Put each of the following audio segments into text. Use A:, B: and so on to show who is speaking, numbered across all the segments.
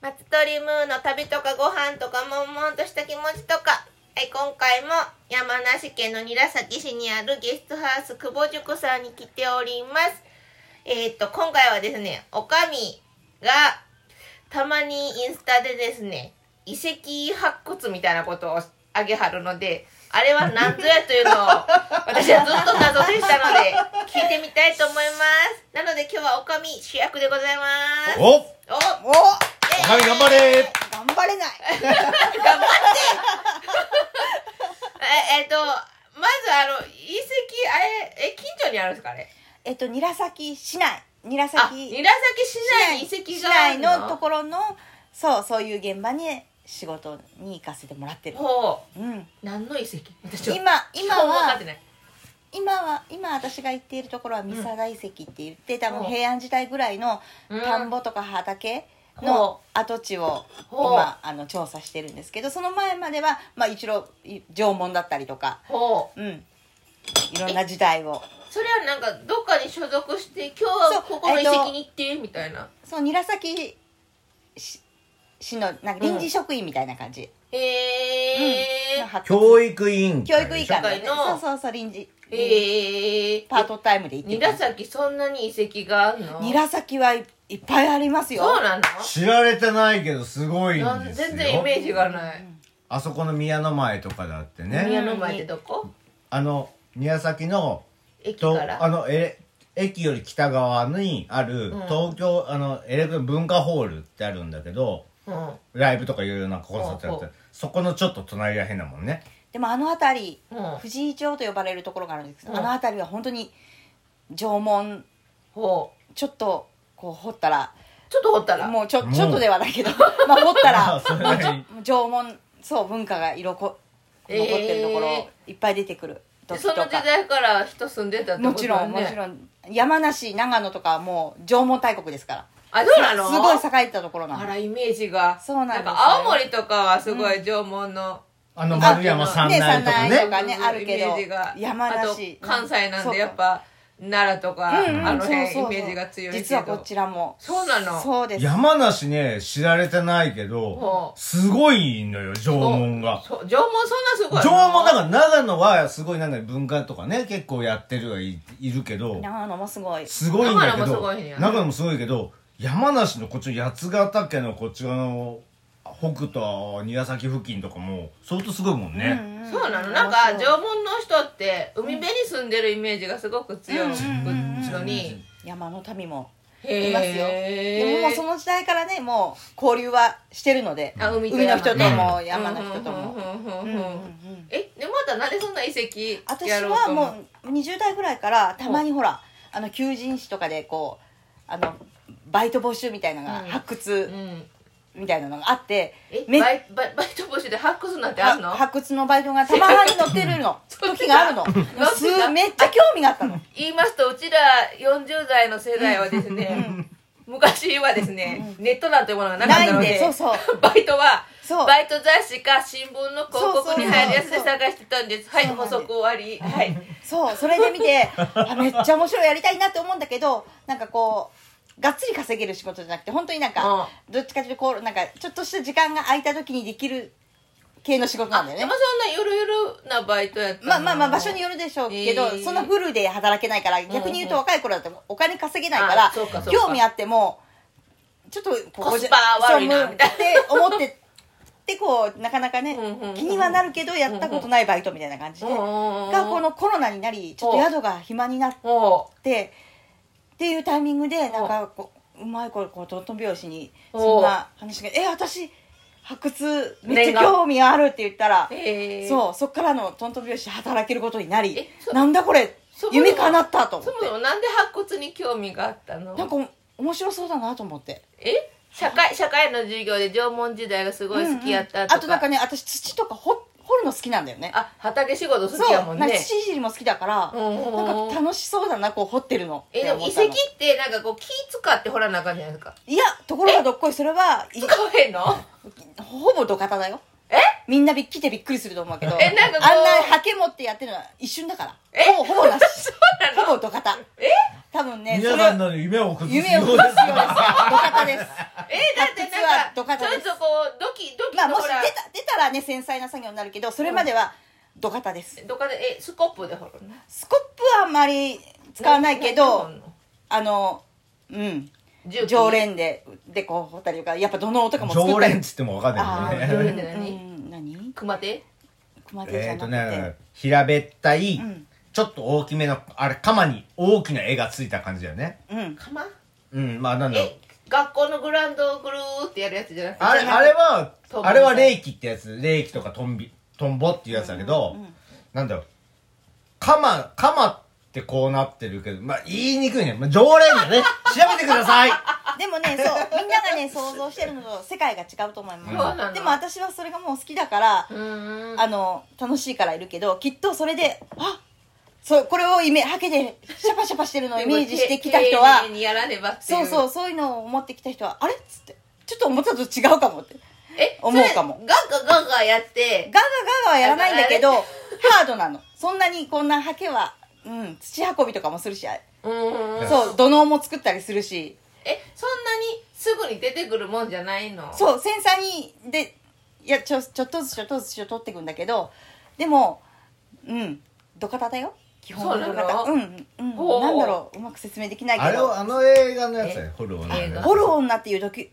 A: 松鳥ムーの旅とかご飯とか悶々とした気持ちとか、はい、今回も山梨県の韮崎市にあるゲストハウス久保塾さんに来ておりますえーっと今回はですねおかみがたまにインスタでですね遺跡発掘みたいなことをあげはるのであれは何ぞやというのを私はずっと謎でしたので聞いてみたいと思いますなので今日はおかみ主役でございます
B: お
A: お
B: お
C: お頑
B: かみ頑張れ
C: 張れない
A: 頑張って ええっとまずあの遺跡あれえ近所にあるんですかね
C: えっと韮崎市内韮
A: あ
C: 崎
A: 韮崎市内に遺跡がある
C: 市
A: の
C: 内のところのそうそういう現場に仕事に行かせてもらってる、
A: ほ
C: うん、
A: う何の遺跡私
C: 今
A: は
C: 今
A: も分か
C: は
A: ってない
C: 今は今私が行っているところは三沢遺跡って言って、多
A: ほう
C: 分平安時代ぐらいの
A: うん
C: 田んぼとか畑
A: ほ
C: の跡地を
A: ほう
C: 今あの調査してるんですけどその前までは、まあ、一応い縄文だったりとか、
A: ほう
C: うん、いろんな時代を
A: それはなんかどっかに所属して今日はここの遺跡に行ってみたいな
C: その韮崎市市のなんか臨時職員みたいな感じ、
A: へ
C: うん
A: え
C: の発達
B: 教育委員会
C: 教育委員会の
A: 社
C: ね
A: 会の
C: そうそうそう臨時、
A: へえ
C: パートタイムで行って
A: 韮崎そんなに遺跡があるの
C: 韮崎はいいっぱいありますよ
A: そうなの
B: 知られてないけどすごい
A: なんん
B: ですよ
A: 全然イメージがない
B: あそこの宮の前とかだってね
A: 宮の前ってどこ
B: あの宮崎の
A: 駅か
B: と
A: ら
B: あのえ駅より北側にある
A: うん
B: 東京、あのエレク文化ホールってあるんだけど
A: うん
B: ライブとかいろいろなコンサートやっ
A: ほう
B: て
A: ほ
B: そこのちょっと隣らへんだもんね
C: でもあの辺り
A: うん
C: 藤井町と呼ばれるところがあるんですけど、
A: うん
C: あの辺りは本当に縄文
A: ほう
C: ちょっとこう掘ったら
A: ちょっと掘ったら
C: もうちょ
B: もう
C: ちょっとではないけどまあ掘った
B: まあ それ
C: ら
B: な
C: も
B: り に
C: うちょ縄文そう文化が色こ残ってるところいっぱい出てくる、土器
A: そ
C: と
A: の
C: か
A: 時代から人住んでたって
C: も
A: こと
C: ち
A: だ
C: ろ
A: よ
C: ん
A: ね
C: もちろん山梨長野とかはもう縄文大国ですから
A: あそうなの
C: すごい栄えてたところな
A: あ
C: の
A: らイメージが
C: そうなんですよ
A: か青森とかはすごい縄文の、
B: あの丸山
A: あ
B: 三内とか
C: ね三内と
B: ね
C: かねあるけど
A: イメージが
C: 山梨
A: あと関西なん
C: そう
A: でやっぱ奈良とか、
C: うんうん
A: あの辺
C: そうそうそう
A: イメージが強いけど
C: 実はこちらも
A: そうなの
C: そうです
B: 山梨ね知られてないけ
A: ほ
B: ど
A: う
B: すごいのよ縄文が
A: そう縄文そんなすごい
B: 縄文だから長野はすごいなんか文化とかね結構やってるはいいるけど
C: 長野もすごい
B: すごいんだ
A: 長
B: け
A: 野もす
B: ど
A: ごいんや
B: 長野もすごいけど山梨のこっちの八ヶ岳のこっち側の北と韮崎付近とかも相当すごいもんね、
C: ん
A: そうなのなんか縄文の人って海辺に住んでるイメージがすごく強いのに、
C: 山の民も
A: へー
C: いますよでももうその時代からねもう交流はしてるので
A: あ海と
C: 海の人と
B: 山
C: も山の人とも
A: うんうんうんうんうん
C: うんうんうん
A: えでまたなんでそんな遺跡
C: 私
A: やろうと
C: は
A: 思う
C: もう20代ぐらいからたまにほらあの求人誌とかでこうあのバイト募集みたいなのが
A: うん
C: 発掘
A: うん
C: みたいなのがあって
A: え
C: めっ
A: バイバイバイト募集で発掘なんてあるの
C: は発掘のバイトがたまに載って るの時があるのすめっちゃ興味があったの
A: 言いますとうちら40代の世代はですね昔はですね、ネットなんてものがなかっ
C: ない
A: たの
C: ん
A: で
C: でそうそう
A: バイトは
C: そう
A: バイト雑誌か新聞の広告に入るやつで
C: そうそうそう
A: 探してたんですはい
C: そうな
A: 補
C: んです
A: 足終わりはい
C: そうそれで見てあめっちゃ面白いやりたいなって思うんだけどなんかこうがっつり稼げる仕事じゃなくて本当になんか、どっちかというとこうなんかちょっとした時間が空いた時にできる系の仕事なんだよ
A: で
C: ね
A: もそんなゆるゆるなバイトやったの
C: まあまあまあ場所によるでしょうけど、
A: えー
C: そんなフルで働けないから逆に言うと若い頃だとお金稼げないか
A: あ
C: ら
A: そうかそうか
C: 興味あってもちょっとこ
A: コスパ悪いな
C: そう
A: みたいな
C: そう思ってってこうなかなかね
A: うんうんうん
C: 気にはなるけどやったことないバイトみたいな感じで
A: うんうんうん
C: がこのコロナになりちょっと宿が暇になっ
A: お
C: てっていうタイミングでなんかこううまい子こうトントン拍子にそんな話が「え私発掘めっちゃ興味ある」って言ったら
A: う。へえ
C: そうそっからのトントン拍子で働けることになり
A: えそ
C: なんだこれ
A: そもそも
C: 夢叶ったと思
A: そ
C: っ
A: もそもなんで白骨に興味があったの
C: てなんか面白そうだなと思って
A: え社会社会の授業で縄文時代がすごい好きやったとか、
C: あとなんかね私土とか掘掘るの好きなんだよね
A: あ畑仕事好き
C: そ
A: や
C: う
A: もん
C: なんか
A: ね
C: 土いじりも好きだから
A: うんうんうん
C: なんか楽しそうだなこう掘ってるの
A: えでも遺
C: って
A: 跡
C: 思
A: っ
C: ったの
A: てなんかこう気使って掘らなあかんじゃないですか
C: いやところがどっこいそれはい
A: 使わへんの
C: ほぼ土方だよ
A: え
C: みんなびっ来てびっくりすると思うけど
A: えなんかこう
C: あんなハケ持ってやってるのは一瞬だから
A: え
C: ほぼほぼなし
A: そうなの
C: ほぼ土方
A: え
C: 多分ね
B: 皆
C: それ
B: さんの夢を崩す
C: 夢を
B: よう
C: 崩
B: です
C: ようです土方
A: え
C: です
A: だってなん
C: はドカ
A: ち
C: タ
A: ょ
C: で
A: っ
C: す
A: とこうドキドキ
C: まあもし
A: ほ
C: 出
A: ら
C: た出たらね繊細な作業になるけどそれまではドカタです、
A: どっかでえスコップで掘るの
C: スコップはあんまり使わないけど、
A: な
C: あのうん
A: 重機
C: 常連ででこう掘ったりとかやっぱ土の音とかも作
B: 常
C: ったり
B: 連っつっても分かん
C: あ
B: ない
C: ー
B: よ
A: 常連
B: ね
A: って何
C: うん何
A: 熊手
C: 熊手じ
B: え
C: ゃ
B: っと
C: なくて
B: ね平べったい、
C: ん
B: ちょっと大きめのあれ鎌に大きな絵がついた感じだよね
C: うん
A: 釜
B: うんまあなんだろう
A: え学校のグラウンドをぐるーってやるやつじゃなくて
B: あれあれは
A: トンボ
B: あれは霊気ってやつ霊気とかトンビトンボっていうやつだけど、なんだろう鎌鎌ってこうなってるけどまあ言いにくいね、まあ、常連だね 調べてください
C: でもねそうみんながね想像してるのと世界が違うと思い
A: そうな
C: ま
A: の
C: すでも私はそれがもう好きだから
A: うーん
C: あの楽しいからいるけどきっとそれであそうこれをイメハケでシャパシャパしてるのをイメージしてきた人
A: 丁
C: は
A: 寧にやらねばってい
C: そうそうそういうのを思ってきた人はあれっつってちょっと思ったのと違うかもって
A: え
C: 思うかも
A: それガンガンガンガンやって
C: ガガガガはやらないんだけどハードなのそんなにこんなハケは、うん、土運びとかもするしあ
A: うーん
C: そう土のうも作ったりするし
A: えそんなにすぐに出てくるもんじゃないの
C: そう繊細にでいやちょちょっとずつちょっとずつ取っていくんだけだけどでもうん土方だよ基本の土
A: そうな
C: 方
A: の
C: うんうん
A: ほう
C: なんだろううまく説明できない
B: あ
C: け
B: れを
C: ど
B: あの映画のやつだよ
A: え
B: ホルオン
A: 映画
C: ホルオンなっていうドキュ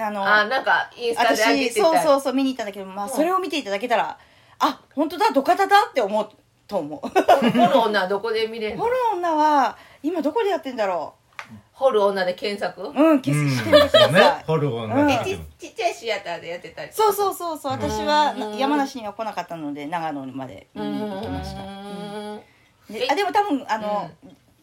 C: あの
A: あなんかインスタで上げ
C: 私
A: てた
C: そうそううそう見に行ったんだけど、まあ、
A: ん
C: それを見ていただけたらあ本当だ土方だって思うと 思う
A: 掘る女はどこで見れるの
C: ホルオンなは今どこでやってんだろ
A: 掘る女で検索
C: ううん
B: う
C: 消
B: ん
C: してみてくだ
B: そうね
C: さ い
B: ホルオン
C: うん
B: のやつ
A: ちちっちゃいシアターでやってたり
C: そうそうそうそう私はな
A: うん
C: 山梨には来なかったので長野まで見に行きました
A: うん
C: で
A: え
C: あでも多分あの、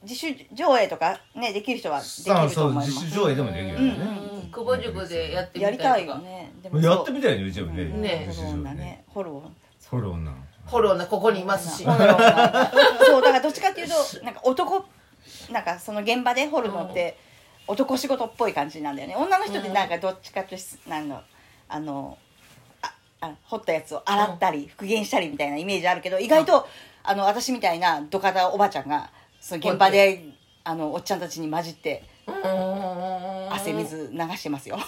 C: 自主上映とかねできる人はでき
B: そう
C: る
B: そ
C: と
B: う
C: 思いま
B: 自
C: す
B: 主上映でもできるよね、
A: うん久保塾でやってみ
C: や
A: た
C: り
A: り
C: たいよねで
B: もうやってみたいねうちもね
C: うん
A: ね
B: 自
C: ホ
B: 主上
C: ルオンだ
B: 映ね
C: ねホルオン
B: ホルオンなの
A: 掘る女ここにいますし
C: ホルオンだそうだからどっちかっていうとなんか男なんかその現場で掘るのって男仕事っぽい感じなんだよね女の人ってなんかどっちかとしなんのあのああ掘ったやつを洗ったり復元したりみたいなイメージあるけど意外とあの私みたいな土方おばちゃんがその現場であのおっちゃんたちに混じって汗
A: 汗
C: 水流してますよ。
B: あ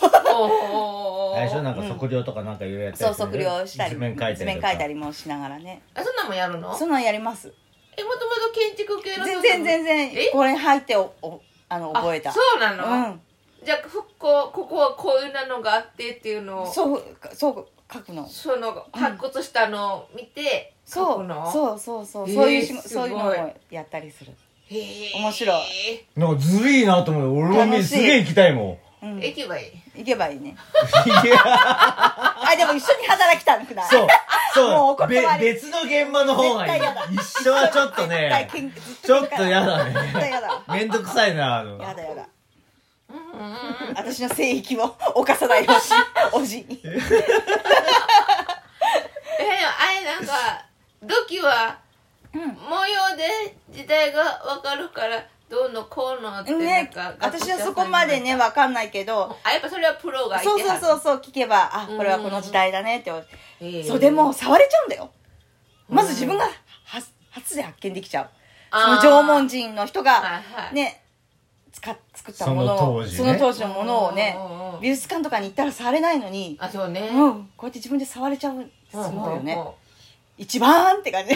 B: れ
A: 最
B: でしょなんか測量とかなんかいろいろやった
C: そう
B: りする
C: 測量したり
B: 図面描いたりと
C: 図面
B: か
C: 描いたりもしながらね
A: あそんなんもやるの
C: そんなんやります
A: えもともと建築系の
C: 全然全然
A: え
C: これ入っておおあの覚えた
A: あそうな
C: う
A: の、じゃあ復興ここはこういうのがあってっていうの
C: ん
A: を
C: そうそう書くの
A: その発掘したのを見て書
C: そ
A: く
C: う
A: の
C: そうそうそう
A: えー
C: そういうし
A: すご
C: そう
A: い
C: いうのもやったりする
A: へえ
C: 面白
B: なんかずるいなと思う俺も
C: 楽
B: 見
C: しい
B: すげえ行きたいも
C: うん
A: 行けばいい
C: 行けばいい ね
B: んいや
C: あでも一緒に働きたくない
B: そう。
C: もうお
B: そう。べ
C: 断り
B: 別の現場の方がいい
C: 絶対やだ。
B: 一緒はちょっと
C: 絶対
B: ね、
C: けんず
B: ちょっとやだ
C: 絶対
B: ね。
C: やだ
B: めんどくさいな、あの。
C: やだやだ
A: うんうんうん
C: 私の性域を犯さないでほしいおじいに
A: えあれなんか土器は模様で時代がわかるからどうのこうのってなん
C: ね
A: か、
C: 私はそこまでね分かんないけど
A: あやっぱそれはプロがいて
C: そうそう
A: う
C: そうそう聞けばあこれはこの時代だねって
A: うん
C: そうでも触れちゃうんだよまず自分がは初で発見できちゃうそ
A: あ
C: の
A: ー
C: 縄文人の人が
A: はいはい
C: ね使っ作ったものを
B: その当時ね
C: その当時のものをね
A: うんうんうん
C: 美術館とかに行ったら触れないのに
A: あそうね、
C: うんこうやって自分で触れちゃうす
A: うん
C: ごいよ
A: うん
C: ね
A: うん
C: 一番って感じ
A: え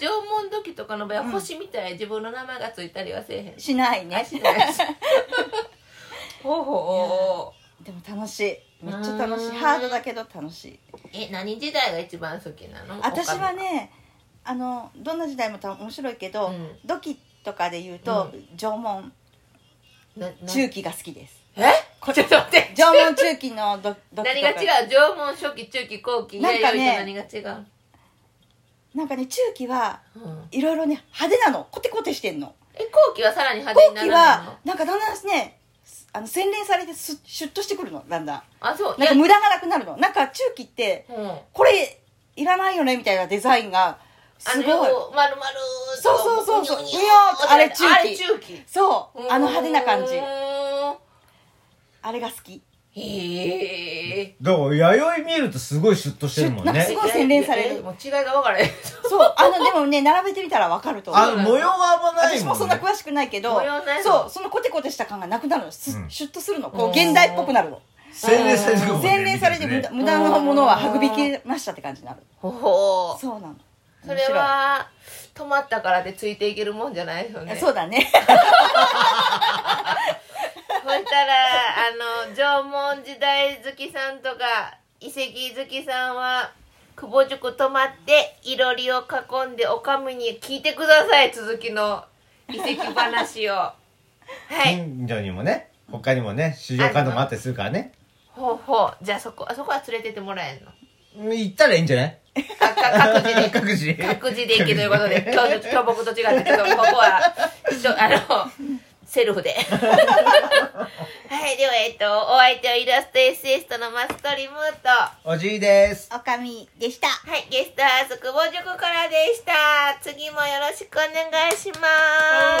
A: 縄文土器とかの場合は星みたいに自分の名前がついたりはせえへん、
C: しない ね
A: ほうほうほ
C: でも楽しいめっちゃ楽しいハードだけど楽しいう
A: え何時代が一番好きなの
C: 私はねあのどんな時代もた面白いけど、
A: うん
C: 土器とかで言うと、縄文
A: なな
C: 中期が好きです
A: えちょっと待って
C: 縄文中期 のど土器
A: 何
C: と
A: が
C: か
A: 違う縄文初期中期後期
C: なんかね
A: 弥生と何が違う、
C: なんかね中期は
A: うん、
C: いろいろね派手なのコテコテしてんの
A: え後期はさらに
C: 後
A: 派手にな
C: 期
A: らないの
C: はなんかだんだんねすあの洗練されてすシュッとしてくるのだんだん
A: あそう
C: なんか
A: い
C: 無駄がなくなるのなんか中期って
A: やうん
C: これいらないよねみたいなデザインが
A: あ
C: す
A: の
C: ごい
A: よう丸々
C: そうそうそうそう
A: に
C: うにょーってあれ中期
A: あれ中期
C: そうあの派手な感じ
A: うーん
C: あれが好き
D: へえ
B: だから弥生見るとすごいシュッとしてるもん
C: シュッなんか
B: ね
C: すごい洗練される
D: えもう違いが分からへん
C: そうあのでもね並べてみたらわかると思う
B: あの模様があんまないもん、ね、
C: 私もそんな詳しくないけど
D: 模様ないの
C: そうそのコテコテした感がなくなるのす
B: うん
C: シュッとするのこう現代っぽくなるの
B: 洗練されてるもんね
C: 洗練されて無
B: 見
C: 駄
B: てね
C: 無駄なものは省きましたって感じになる
D: ほほ
C: そうなの
D: それは止まったからでついていけるもんじゃないよ
C: 面白
D: ね
C: いそうだね
A: そしたらあの縄文時代好きさんとか遺跡好きさんは久保塾泊まっていろりを囲んでおかみに聞いてください続きの遺跡話を はい
B: 近所にもね他にもね市場感度もあったりするからね
A: ほうほうじゃあそこあそこは連れてってもらえんの
B: 行ったらいいんじゃない
A: かか各自で
B: 各自
A: 各自で行けということ で今日今日僕と違ってちょっとここはちょあのセルフで はいではえっとお相手はイラストエッセイストのマストリムート
B: おじいです
C: おかみでした
A: はい、ゲストハウス久保塾からでした。次もよろしくお願いします。